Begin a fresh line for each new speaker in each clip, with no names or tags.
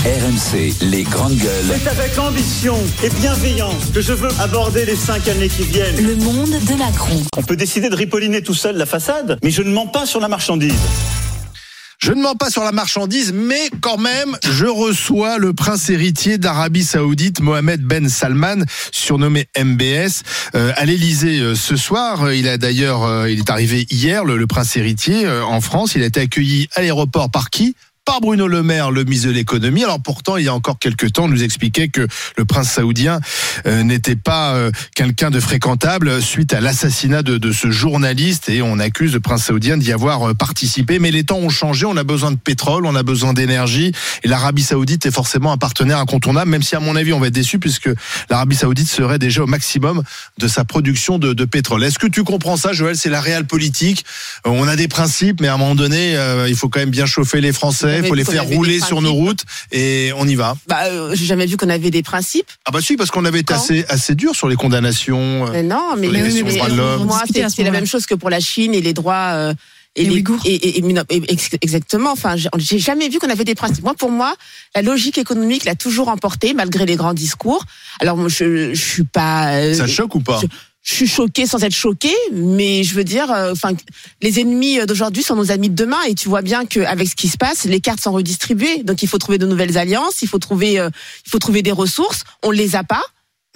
RMC, les grandes gueules.
C'est avec ambition et bienveillance que je veux aborder les cinq années qui viennent.
Le monde de Macron.
On peut décider de ripolliner tout seul la façade, mais je ne mens pas sur la marchandise.
Je ne mens pas sur la marchandise, mais quand même, je reçois le prince héritier d'Arabie Saoudite, Mohamed Ben Salman, surnommé MBS, euh, à l'Elysée euh, ce soir. Il a d'ailleurs, euh, il est arrivé hier, le, le prince héritier, euh, en France. Il a été accueilli à l'aéroport par qui par Bruno Le Maire, le ministre de l'économie. Alors pourtant, il y a encore quelques temps, on nous expliquait que le prince saoudien euh, n'était pas euh, quelqu'un de fréquentable suite à l'assassinat de, de ce journaliste et on accuse le prince saoudien d'y avoir euh, participé. Mais les temps ont changé, on a besoin de pétrole, on a besoin d'énergie et l'Arabie saoudite est forcément un partenaire incontournable, même si à mon avis on va être déçu puisque l'Arabie saoudite serait déjà au maximum de sa production de, de pétrole. Est-ce que tu comprends ça, Joël C'est la réelle politique. Euh, On a des principes, mais à un moment donné, euh, il faut quand même bien chauffer les Français, il
Mais
faut les
vous
faire
avez des
rouler sur nos
principes.
routes et on y va.
Bah, euh, j'ai jamais vu qu'on avait des principes.
Ah bah si, parce qu'on avait été
Quand
assez, assez dur sur les condamnations. euh,
Mais non, mais,
sur les
mais-
questions de
mais-
droits de
mais-
l'homme.
pour moi,
On discutait
c'est
à ce
c'est la
moment-là.
même chose que pour la Chine et les droits. euh, et
Les Ouïghours.
et- et- et- mais non, et- ex- exactement. Enfin, j'ai j'ai jamais vu qu'on avait des principes. Moi, pour moi, la logique économique l'a toujours emporté, malgré les grands discours. Alors, moi, je, je suis pas. euh,
Ça choque ou pas
je- je suis choquée sans être choquée, mais je veux dire, euh, enfin, les ennemis euh, d'aujourd'hui sont nos amis de demain, et tu vois bien qu'avec ce qui se passe, les cartes sont redistribuées. Donc il faut trouver de nouvelles alliances, il faut trouver, euh, il faut trouver des ressources. On les a pas.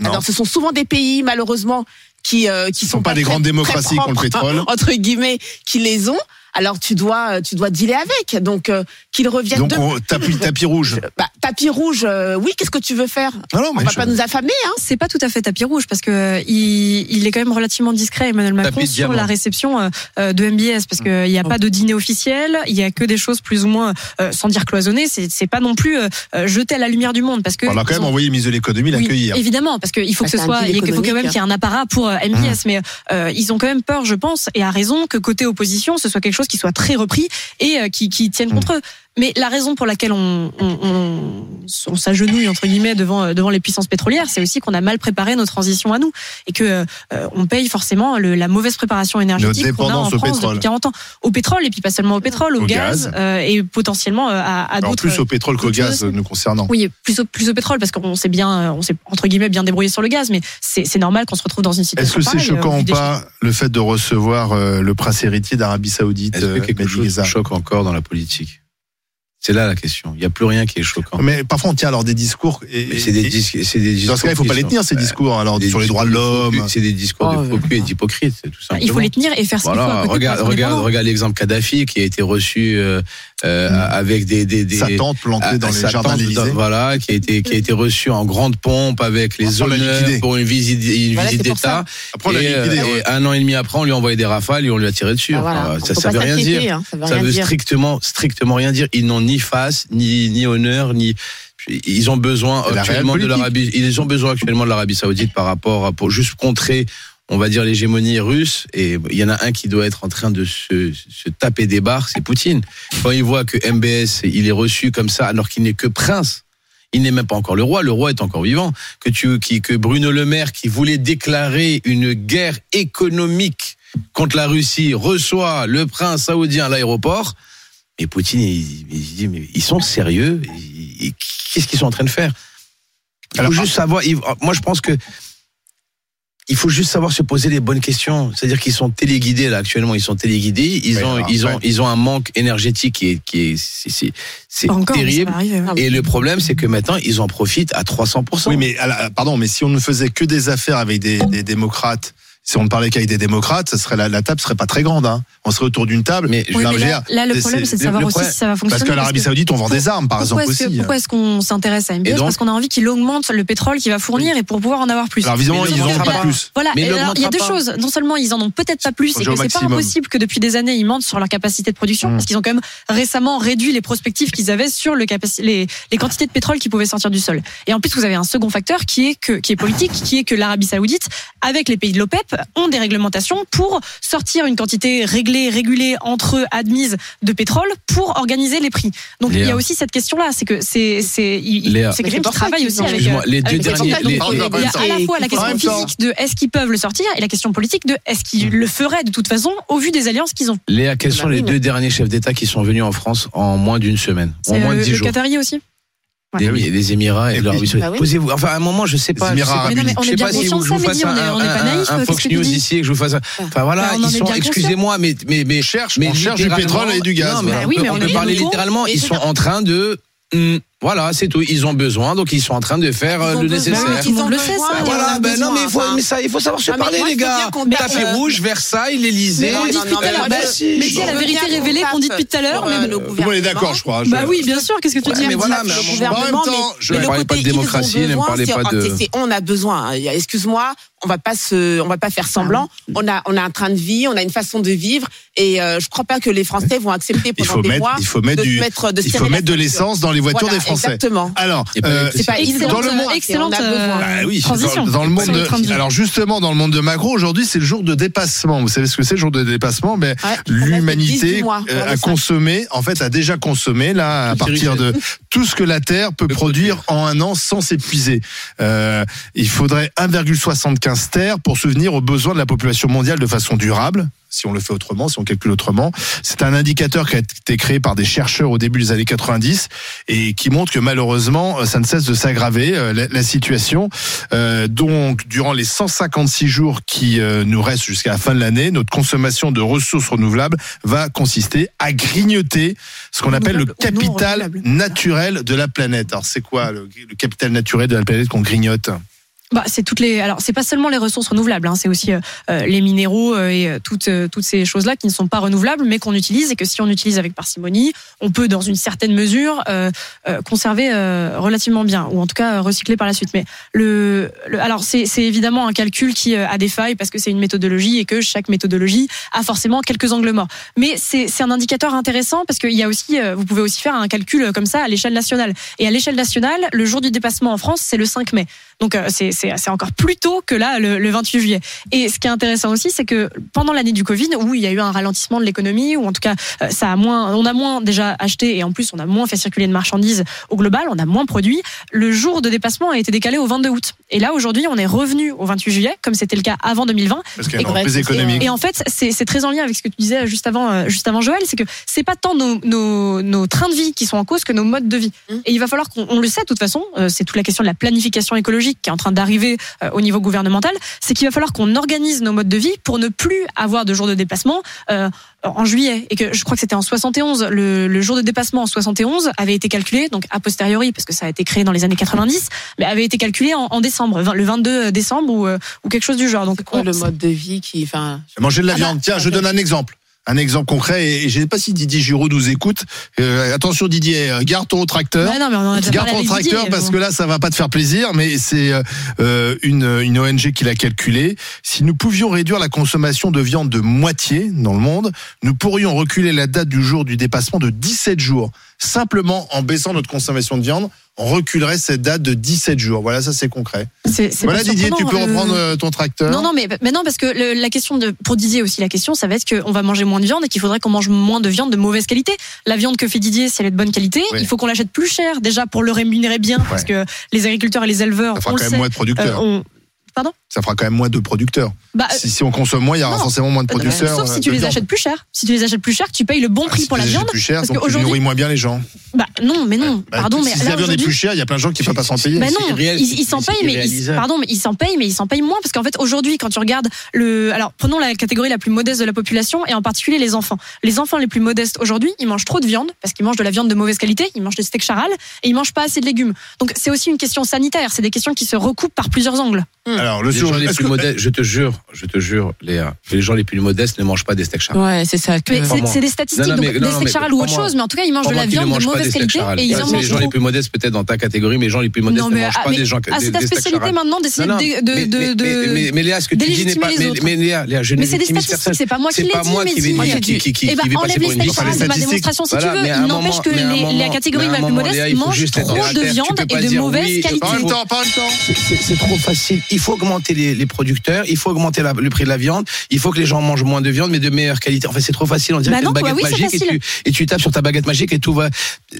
Non.
Alors ce sont souvent des pays malheureusement qui euh, qui
sont pas des grandes démocraties qui ont le
contre
pétrole.
entre guillemets qui les ont. Alors tu dois, euh, tu dois dealer avec. Donc euh, qu'ils reviennent.
Donc
de...
on tapis, tapis rouge.
Bah, tapis rouge, euh, oui. Qu'est-ce que tu veux faire
Non, non,
On
mais
va
je-
pas nous affamer, hein.
C'est pas tout à fait tapis rouge parce que euh, il, il est quand même relativement discret Emmanuel Macron
Tapis de
sur
diamant.
la réception euh, euh, de MBS parce que il
Oh.
n'y a pas de dîner officiel, il y a que des choses plus ou moins euh, sans dire cloisonnées. C'est c'est pas non plus euh, euh, jeter à la lumière du monde parce que
on a quand
ils
même
ont-
envoyé le ministre de l'économie
Oui,
l'accueillir.
évidemment, parce qu'il faut
Bah,
que ce
c'est un
soit,
deal
il faut quand même
économique.
qu'il y ait un apparat pour euh,
Mmh.
MBS, mais euh, ils ont quand même peur, je pense, et à raison, que côté opposition, ce soit quelque chose qui soit très repris et euh, qui, qui
Mmh.
tienne contre eux. Mais la raison pour laquelle on, on, on, on s'agenouille entre guillemets devant euh, devant les puissances pétrolières, c'est aussi qu'on a mal préparé nos transitions à nous et que euh, euh, on paye forcément le- la mauvaise préparation énergétique qu'on a en
dépendance au
France
pétrole.
depuis 40 ans au pétrole et puis pas seulement au pétrole, au,
Au
gaz,
gaz.
euh, et potentiellement euh, à, à
Alors,
d'autres
plus au pétrole qu'au
d'autres
gaz
choses.
euh, nous concernant.
oui, plus au, plus au pétrole, parce qu'on s'est bien, euh, on s'est entre guillemets bien débrouillé sur le gaz, mais c'est c'est normal qu'on se retrouve dans une
Est-ce
situation.
que c'est
pareille, euh,
choquant
au
ou
vu des choses.
pas le fait de recevoir euh, le prince héritier d'Arabie Saoudite
Est-ce que
euh,
quelque
Mehdi
chose
Ghezal
choque encore dans la politique C'est là la question. Il n'y a plus rien qui est choquant.
Mais parfois on tient alors des discours et,
Mais c'est des,
Ah, et-
dis- c'est des discours.
dans ce cas il faut
qui
pas les
sont-
tenir ces
Bah,
discours hein, alors
des
sur les
discours
droits de
de faux
l'homme.
cul, C'est des discours
Oh, Ah,
de faux cul et d'hypocrites, c'est tout simplement.
Il faut les tenir et faire ce qu'il faut.
Voilà,
à côté
regarde,
pour être
regarde,
indépendant.
regarde l'exemple Kadhafi qui a été reçu euh, euh, avec des des, des
Sa tente plantée
à-
Mm. dans
sa
les jardins
tente, dans-
d'Élysée.
Voilà, qui a été qui a été reçu en grande pompe avec les
Après, on l'a
honneurs
liquidé.
pour une visite une
Voilà,
visite
c'est pour
d'État.
Après on l'a
Et, euh,
liquidé. ouais.
et un an et demi après, on lui a envoyé des rafales et on lui a tiré dessus.
Bah, voilà.
Ah,
Enfin,
On
ça,
peut
ça
pas
veut rien dire.
s'inquiéter, hein, Ça veut
Ça
rien
veut
dire.
strictement, strictement rien dire. Ils n'ont ni face, ni, ni honneur, ni. Ils ont besoin
C'est la
actuellement
réelle
de l'Arabie. Ils ont besoin actuellement de l'Arabie Saoudite par rapport à pour juste contrer, on va dire l'hégémonie russe. Et il y en a un qui doit être en train de se, se taper des barres, c'est Poutine. Quand il voit que MBS, il est reçu comme ça alors qu'il n'est que prince. Il n'est même pas encore le roi, le roi est encore vivant. Que, tu, qui, que Bruno Le Maire, qui voulait déclarer une guerre économique contre la Russie, reçoit le prince saoudien à l'aéroport. Mais Poutine, il, il se dit, mais ils sont sérieux Ils- ils- Qu'est-ce qu'ils sont en train de faire Il faut
Alors, ah.
juste savoir. il- ah, moi, je pense que il faut juste savoir se poser les bonnes questions. C'est-à-dire qu'ils sont téléguidés là actuellement. Ils sont téléguidés. Ils
Ouais,
ont,
alors,
ils ont,
ouais.
ils ont un manque énergétique qui est, qui est, c'est- c'est- c'est
Pas encore, mais ça
terrible.
va arriver, ouais.
Et le problème, c'est que maintenant, ils en profitent à 300%.
Oui mais à la- pardon mais si on ne faisait que des affaires avec des, des démocrates si on ne parlait qu'avec des démocrates ça serait la, la table serait pas très grande hein. On serait autour d'une table.
Mais
Oui,
Non,
mais
je veux
là,
dire,
là, le problème, c'est de savoir
le
aussi
problème-
si ça va fonctionner.
parce qu'à l'Arabie Saoudite on vend des armes par exemple
pourquoi est-ce que-
aussi. hein.
pourquoi est-ce qu'on s'intéresse à MBS
Et donc-
Parce qu'on a envie qu'il augmente le pétrole qu'il va fournir et pour pouvoir en avoir plus.
Alors visiblement
Mais
ils
non,
en ont
mais
pas
là-
plus.
Voilà,
Mais
et
il
alors, il y a
augmentera
deux
pas.
choses. Non seulement ils en ont peut-être pas plus,
Faut
et
jouer
que
au
c'est pas
maximum.
impossible que depuis des années ils mentent sur leur capacité de production,
Mm.
parce qu'ils ont quand même récemment réduit les prospectives qu'ils avaient sur le capaci- les, les quantités de pétrole qui pouvaient sortir du sol. Et en plus, vous avez un second facteur qui est que qui est politique, qui est que l'Arabie Saoudite, avec les pays de l'OPEP, ont des réglementations pour sortir une quantité réglée, régulée entre eux, admise de pétrole pour organiser les prix. Donc il y
Léa.
a aussi cette question-là, c'est que c'est c'est il- il-
Léa.
c'est quelqu'un qui
Mais c'est pour ça
travaille
qu'ils
aussi
ont-
avec
Excuse-moi,
euh,
les
avec
deux
les
derniers-
facteurs. Donc,
les-
il y a à la fois la
En
question
même temps. Mm.
physique de est-ce qu'ils peuvent le sortir et la question politique de est-ce qu'ils le feraient de toute façon au vu des alliances qu'ils ont.
Léa, quels sont les
Marine.
deux derniers chefs d'État qui sont venus en France en moins d'une semaine, en
C'est,
moins
euh,
de 10
le
jours
Qatari aussi.
des, des Émirats et,
Et
de l'Arabie
puis-
Saoudite.
Bah oui.
Posez-vous. Enfin, à un moment, je sais
Les
pas. je sais
Émirats
pas-
Arabes
Mais non, mais on
je
est
sais
bien
pas si
conscients
vous
de
je
ça,
vous
Mehdi,
fasse
on
un,
est on est
un-
pas naïfs.
un
euh, qu'est-ce
Fox
que tu
News
dis
ici et que je vous fasse. un- Enfin voilà,
Bah, on en
ils
est
sont.
bien
Excusez-moi, mais mais mais.
On cherche,
mais
on cherche du
littéralement-
pétrole et du gaz.
Non,
voilà.
bah
on
oui,
peut-
mais
on
on
peut
est
parler
locaux.
littéralement.
Mais
Ils
je
sont
veux dire-
en train de. Hmm, Voilà, c'est tout. Ils ont besoin, donc ils sont en train de faire
Ah,
euh, le nécessaire.
Tout le monde le sait,
Bah
ça.
voilà, ben non, mais il faut, mais ça, il faut savoir se
Ah, mais
parler,
moi,
les
je veux
gars.
bien qu'on tape,
Tapis
euh,
rouge, Versailles, l'Élysée.
mais on discute
à la
euh,
base.
bah, si,
Mais si,
bon.
à la vérité révélée qu'on dit depuis tout à l'heure, mais bon.
Bon, on est d'accord, je crois. je-
Bah oui, bien sûr, qu'est-ce que tu
Ouais,
dis
mais voilà, mais
le
en
gouvernement,
même temps,
mais-
je
mais
ne
le
parlais pas
côté
de démocratie,
ils ont
ne me
besoin,
parlez
c'est-
pas
ah,
de-
c'est- On a besoin. hein. Excuse-moi, on va pas se, on va pas
Ah,
faire semblant. On a, on a un train de vie, on a une façon de vivre, et euh, je crois pas que les Français vont accepter
Il
pendant
faut
des
mettre,
mois
il faut mettre
de
du,
se mettre, de se
il faut
tirer la
mettre de
ceinture.
l'essence dans les voitures
Voilà,
des Français.
Exactement.
Alors,
Et pas
euh,
C'est pas
dans le monde,
excellente,
on a besoin.
euh,
Bah oui,
Transition.
dans, dans le monde.
Sur le train de
De,
vie.
alors justement, dans le monde de Macron, aujourd'hui, c'est le jour de dépassement. Vous savez ce que c'est le jour de dépassement Ben, Mais
Ouais, ça date du
Ah, l'humanité
10 mois,
euh,
voilà,
a
ça.
consommé, en fait, a déjà consommé là à
Toutes les
partir de tout ce que la Terre peut produire en un an sans s'épuiser. Euh, il faudrait 1,75 terres pour souvenir aux besoins de la population mondiale de façon durable. Si on le fait autrement, si on calcule autrement, c'est un indicateur qui a été créé par des chercheurs au début des années 90 et qui montre que malheureusement, euh, ça ne cesse de s'aggraver euh, la, la situation. Euh, donc, durant les 156 jours qui euh, nous restent jusqu'à la fin de l'année, notre consommation de ressources renouvelables va consister à grignoter ce qu'on appelle le
Renouvelable ou non
capital
renouvelable.
naturel de la planète. Alors, c'est quoi le, le capital naturel de la planète qu'on grignote
Bah, c'est toutes les. Alors, c'est pas seulement les ressources renouvelables, hein, c'est aussi euh, euh, les minéraux euh, et euh, toutes euh, toutes ces choses-là qui ne sont pas renouvelables, mais qu'on utilise et que si on utilise avec parcimonie, on peut dans une certaine mesure euh, euh, conserver euh, relativement bien, ou en tout cas euh, recycler par la suite. Mais le, le- alors c'est c'est évidemment un calcul qui euh, a des failles parce que c'est une méthodologie et que chaque méthodologie a forcément quelques angles morts. Mais c'est c'est un indicateur intéressant parce qu'il y a aussi, euh, vous pouvez aussi faire un calcul euh, comme ça à l'échelle nationale. Et à l'échelle nationale, le jour du dépassement en France, c'est le 5 mai. Donc euh, c'est c'est- c'est encore plus tôt que là, le, le 28 juillet. Et ce qui est intéressant aussi, c'est que pendant l'année du Covid, où il y a eu un ralentissement de l'économie, ou en tout cas, euh, ça a moins, on a moins déjà acheté et en plus on a moins fait circuler de marchandises au global, on a moins produit. Le jour de dépassement a été décalé au 22 août. Et là aujourd'hui, on est revenu au 28 juillet, comme c'était le cas avant 2020.
Parce qu'il y a une
Et bref,
reprise
c'est,
économique.
Et en fait, c'est c'est très en lien avec ce que tu disais juste avant, euh, juste avant Joël, c'est que c'est pas tant nos, nos, nos trains de vie qui sont en cause que nos modes de vie.
Mhm.
Et il va falloir qu'on on le sait de toute façon, euh, c'est toute la question de la planification écologique qui est en train d'arriver euh, au niveau gouvernemental, c'est qu'il va falloir qu'on organise nos modes de vie pour ne plus avoir de jours de déplacement euh, en juillet. Et que je crois que c'était en 71, le, le jour de dépassement en 71 avait été calculé, donc a posteriori, parce que ça a été créé dans les années 90, mais avait été calculé en, en décembre, vingt- le 22 décembre ou, euh, ou quelque chose du genre. Donc
C'est quoi
on-
le mode de vie qui, enfin,
Manger de la
Ah bah,
viande. Tiens, je
ok.
donne un exemple. Un exemple concret, et et je ne sais pas si Didier Giraud nous écoute. Euh, attention Didier, euh, garde ton tracteur.
Ouais, non, mais on en a déjà
Garde
parlé
ton
avec Didier,
tracteur
mais
parce
bon.
que là, ça va pas te faire plaisir, mais c'est euh, euh, une, une ONG qui l'a calculé. Si nous pouvions réduire la consommation de viande de moitié dans le monde, nous pourrions reculer la date du jour du dépassement de 17 jours. Simplement en baissant notre consommation de viande, on reculerait cette date de 17 jours. Voilà, ça c'est concret.
C'est- c'est
Voilà
pas
Didier, tu
surprenant,
peux
le-
reprendre euh, ton tracteur.
Non, non, mais, mais non, parce que le- la question de, pour Didier aussi, la question, ça va être qu'on va manger moins de viande et qu'il faudrait qu'on mange moins de viande de mauvaise qualité. La viande que fait Didier, si elle est de bonne qualité,
Ouais.
il faut qu'on l'achète plus cher, déjà, pour le rémunérer bien, parce que les agriculteurs et les éleveurs, on
ça fera
le
quand
sait,
même moins de
euh,
producteurs.
on-
Ça fera quand même moins de producteurs.
bah, euh,
si, si on consomme moins, il y aura
non.
forcément moins de producteurs.
sauf
euh,
si tu
de
les
viande.
achètes plus cher. Si tu les achètes plus cher, tu payes le bon
Ah,
prix
si
pour la
les achètes
viande.
plus cher,
parce
donc tu
qu'aujourd'hui-
nourris moins bien les gens.
Bah, non, mais non,
Bah,
pardon, mais
si
là,
la viande est
aujourd'hui,
plus chère, il y a plein de gens qui ne peuvent pas s'en payer.
Bah
C'est
non,
irréel,
ils ils
c'est-
s'en
c'est
payent, mais ils,
irréalisable.
pardon, mais ils s'en payent, mais ils s'en payent moins parce qu'en fait aujourd'hui, quand tu regardes le, alors prenons la catégorie la plus modeste de la population et en particulier les enfants. Les enfants les plus modestes aujourd'hui, ils mangent trop de viande parce qu'ils mangent de la viande de mauvaise qualité, ils mangent des steaks charal et ils mangent pas assez de légumes. Donc c'est aussi une question sanitaire, c'est des questions qui se recoupent par plusieurs angles.
Alors, le
Les gens
sujet,
les
est-ce
plus
que-
modestes, je te jure, je te jure, Léa, que les gens les plus modestes ne mangent pas des steaks
Ah.
charles.
ouais, c'est ça.
Mais
Pas
c'est-
moi.
c'est des statistiques,
Non, non, mais-
donc
non,
des
non,
steaks
mais
charal ou
pas
autre
moi.
chose, mais en tout cas ils mangent de
Pendant
la
qu'ils ne
viande de
mangent pas des
mauvaise
steaks
qualité
charales.
et
Ouais,
ils en
c'est les
mangent
gens les
trop.
plus modestes peut-être dans ta catégorie, mais les gens les plus modestes
Non,
ne
mais ah,
mangent pas
mais
des gens
à
des,
cette
des steaks
spécialité
charales.
maintenant d'essayer
Non, non,
de,
mais,
de, de-
mais- mais- mais Léa, ce que tu dis n'est
délégitimer
pas.
les
Mais,
autres.
mais Léa, Léa, je ne
Mais c'est des
légitimise
statistiques,
personne.
c'est pas moi qui
C'est
l'ai
pas
dit,
moi
mais
qui vais
si.
qui- qui- qui- qui
Eh ben,
vais passer
enlève
pour
les
une
steaks
grosse.
Enfin, les
charades de ma
statistiques.
démonstration si
Voilà,
tu veux.
mais à
Il
un
n'empêche
moment-
que
mais à un
les,
moment-
la catégorie
mais à
la
un
plus
moment,
modeste
Léa, il faut
mange
juste être
trop de
réactif, tu
viande
peux
et
pas
de
dire
mauvaise
oui,
qualité.
Pas en même temps, pas en même temps.
C'est- c'est c'est trop facile. Il faut augmenter les, les producteurs, il faut augmenter la- le prix de la viande, il faut que les gens mangent moins de viande, mais de meilleure qualité. Enfin, c'est trop facile. On dirait
Bah
que t'as
non,
une
bah
baguette
oui, c'est
magique et
facile.
tu, et tu tapes sur ta baguette magique et tout va.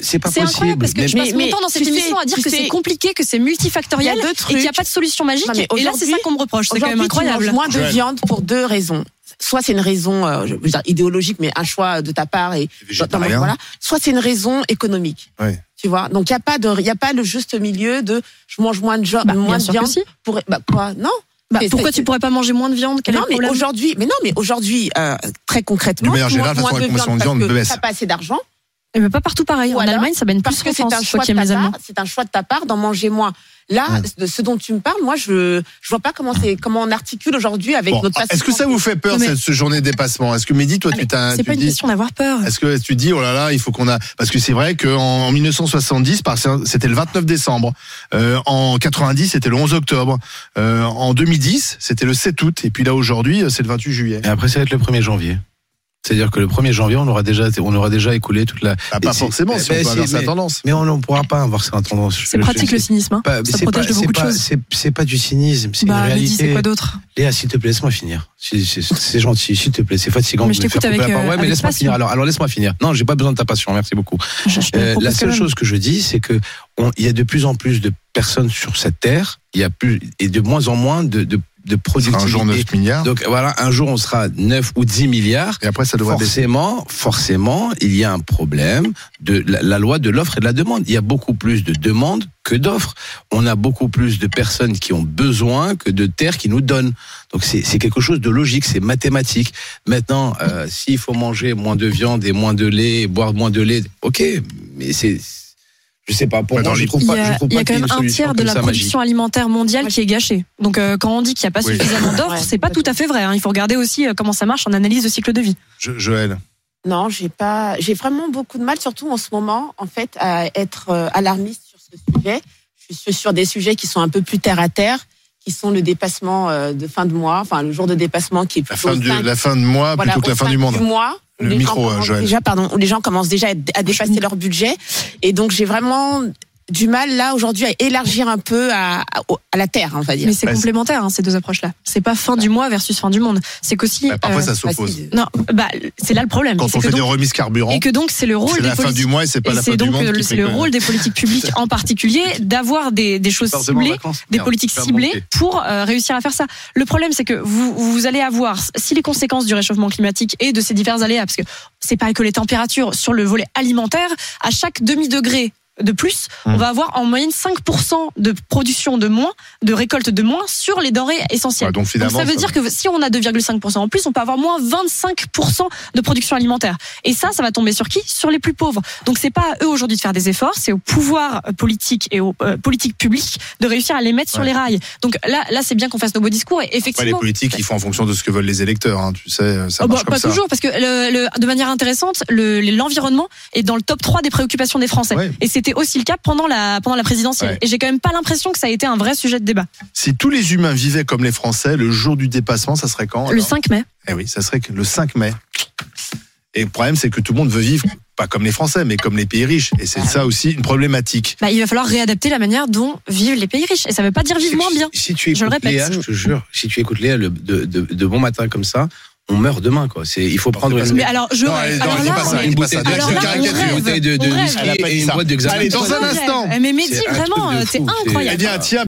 C'est pas
C'est
possible.
incroyable parce que je
Mais-
passe
mais-
mon temps dans cette
tu sais-
émission à dire
tu
que c'est
sais-
compliqué, que c'est
Il
multifactoriel
y a deux
et qu'il n'y a
trucs.
pas de solution magique.
Non,
et
mais
là, c'est ça
aujourd'hui-
qu'on me reproche. C'est quand même
Aujourd'hui, tu manges
incroyable.
moins de
Joël.
viande pour deux raisons. Soit c'est une raison euh, je veux dire, idéologique, mais un choix de ta part et
végétarien.
Soit c'est une raison économique.
Ouais.
Tu Tu vois, donc il y a pas de, il y a pas le juste milieu de je mange moins de jo-
Bah,
moins
bien
de
sûr que
viande
si.
pour bah quoi non
Bah,
C'est-
pourquoi
c'est-
tu pourrais pas manger moins de viande Quel est
non
le
mais
problème
aujourd'hui mais non mais aujourd'hui euh, très concrètement
De manière
tu manges
générale, de toute
moins
façon, la consommation de
parce
viande
que
baisse.
t'as pas assez d'argent
Eh ben, pas partout pareil.
Voilà.
En Allemagne, ça baigne
parce
plus
que
qu'en
c'est un
France. Toi
choix
qui
de
aimes
ta
les Allemands.
part, c'est un choix de ta part d'en manger moins. Là, de ce dont tu me parles, moi, je, je vois pas comment c'est, comment on articule aujourd'hui avec
Bon,
notre façon.
Est-ce que ça vous fait peur,
Non, mais- Ah,
cette ce journée de dépassement Est-ce que Mehdi, toi, tu t'as.
C'est
tu
pas une
dis-
question d'avoir peur.
Est-ce que tu dis, oh là là, il faut qu'on a. Parce que c'est vrai qu'en 1970, par- c'était le 29 décembre. Euh, en 90, c'était le 11 octobre. Euh, en 2010, c'était le 7 août. Et puis là, aujourd'hui, euh, c'est le 28 juillet.
Et après, ça va être le 1er janvier. C'est-à-dire que le 1er janvier, on aura déjà, on aura déjà écoulé toute la.
Ah, pas
Mais si-
forcément,
mais-
si on
mais
peut
si,
inverser la
ben, mais-
tendance.
Mais on ne pourra pas avoir cette tendance.
C'est
Je-
pratique
je-
le cynisme. hein.
Pas-
ça
c'est
protège de
pas- c'est
beaucoup de
pas-
choses.
C'est c'est pas du cynisme, c'est une
Bah, Mehdi,
réalité.
c'est quoi d'autre
Léa, s'il te plaît, laisse-moi finir. C'est- C'est c'est gentil, s'il te plaît. C'est fatigant.
Mais
de
je
me
t'écoute
faire couper
avec,
la parole.
euh,
Ouais, mais
avec
laisse-moi
passion.
finir. Alors, alors laisse-moi finir. Non, j'ai pas besoin de ta passion. Merci beaucoup.
Je- je te le
Euh,
propose
la
quand
seule
même.
chose que je dis, c'est que on- il y a de plus en plus de personnes sur cette terre. Il y a plus et de moins en moins de de,
Ce
de
sera
productivité.
un jour 9 milliards.
Donc voilà, un jour on sera à 9 ou 10 milliards.
Et après, ça devrait baisser.
Forcément, forcément, il y a un problème de la, la loi de l'offre et de la demande. Il y a beaucoup plus de demandes que d'offres. On a beaucoup plus de personnes qui ont besoin que de terres qui nous donnent. Donc c'est c'est quelque chose de logique, c'est mathématique. Maintenant, euh, s'il faut manger moins de viande et moins de lait, et boire moins de lait, ok, mais c'est... Je sais pas, pour
Attends,
moi, je
Bah, les-
trouve
Il y
pas, je
a,
trouve
il y a
pas
quand
qu'il y ait
même
une
un
solution
tiers de
comme
la
ça magique.
production alimentaire mondiale qui est gâchée. Donc euh, quand on dit qu'il n'y a pas
Oui.
suffisamment d'offres,
Ouais.
c'est pas tout à fait vrai. hein. Il faut regarder aussi euh, comment ça marche en analyse de cycle de vie.
Jo- Joël.
Non, j'ai pas, j'ai vraiment beaucoup de mal, surtout en ce moment, en fait, à être euh, alarmiste sur ce sujet. Je suis sur des sujets qui sont un peu plus terre à terre, qui sont le dépassement euh, de fin de mois, enfin, le jour de dépassement qui est
La
plutôt
fin,
au
du,
cinq-
la fin de mois
voilà,
plutôt que
au
la fin
cinq
du monde.
mois, où
Le
les gens
micro,
commencent
Joël.
Déjà, pardon, où les gens commencent déjà à, à dépasser leur budget. Et donc, j'ai vraiment du mal, là, aujourd'hui, à élargir un peu à, à- à la terre, on va dire.
Mais c'est
Bah, c'est-
complémentaire hein, ces deux approches-là. C'est pas fin du mois versus fin du monde. C'est qu'aussi.
Bah, parfois,
euh,
ça
Parce
s'oppose.
que-
Non, bah c'est là le problème.
Quand
C'est
on
que
fait des
donc-
remises carburant,
et que donc c'est le rôle
c'est
des
la fin
politiques.
du mois et c'est pas
Et
la fin
c'est
du
donc
monde.
le-
qui
c'est
fait
le
que-
rôle des politiques publiques en particulier d'avoir des, des choses
Forcément, en
ciblées,
vacances.
des
Merde,
politiques
je vais
ciblées
manquer.
pour euh, réussir à faire ça. Le problème, c'est que vous, vous allez avoir, si les conséquences du réchauffement climatique et de ces divers aléas, parce que c'est pas que les températures sur le volet alimentaire, à chaque demi-degré de plus, on va avoir en moyenne 5% de production de moins, de récolte de moins sur les denrées essentielles.
Ouais, Bah, donc
Donc
finalement,
ça veut dire que si on a 2,5% en plus, on peut avoir moins 25% de production alimentaire. Et ça, ça va tomber sur qui Sur les plus pauvres. Donc c'est pas à eux aujourd'hui de faire des efforts, c'est au pouvoir euh, politique et aux euh, politiques publiques de réussir à les mettre sur
Ouais.
les rails. Donc là, là c'est bien qu'on fasse nos beaux discours et
Ouais, les
effectivement.
politiques, ils font en fonction de ce que veulent les électeurs, hein, tu sais, ça
Oh, bah,
marche comme
pas
ça.
toujours, parce que le, le- de manière intéressante, le- l'environnement est dans le top 3 des préoccupations des Français.
Ouais.
Et c'était aussi le cas pendant la, pendant la présidentielle.
Ouais.
Et j'ai quand même pas l'impression que ça a été un vrai sujet de débat.
Si tous les humains vivaient comme les Français, le jour du dépassement, ça serait quand
Le
alors
5 mai.
Eh oui, ça serait que le 5 mai. Et le problème, c'est que tout le monde veut vivre, pas comme les Français, mais comme les pays riches. Et c'est ça aussi une problématique.
Bah, il va falloir réadapter la manière dont vivent les pays riches. Et ça veut pas dire vivre moins bien.
Si, si tu écoutes
Je le répète.
Léa, je te jure, si tu écoutes Léa le- de, de- de bon matin comme ça, on meurt demain, quoi. C'est, il faut prendre
c'est pas
une,
Mais alors, je
Non,
rêve.
allez, non,
alors
dis
là,
pas
on
ça,
est-
dis pas ça.
alors
Direct,
là,
c'est
on
caricature,
rêve,
une bouteille de, de
on rêve.
whisky
Elle a pas dit
et une
ça.
boîte de Xanax.
Allez, dans un
On rêve.
instant.
Mais Mehdi,
C'est un truc
vraiment,
de
euh, c'est
fou, c'est-
Eh
incroyable.
bien, tiens,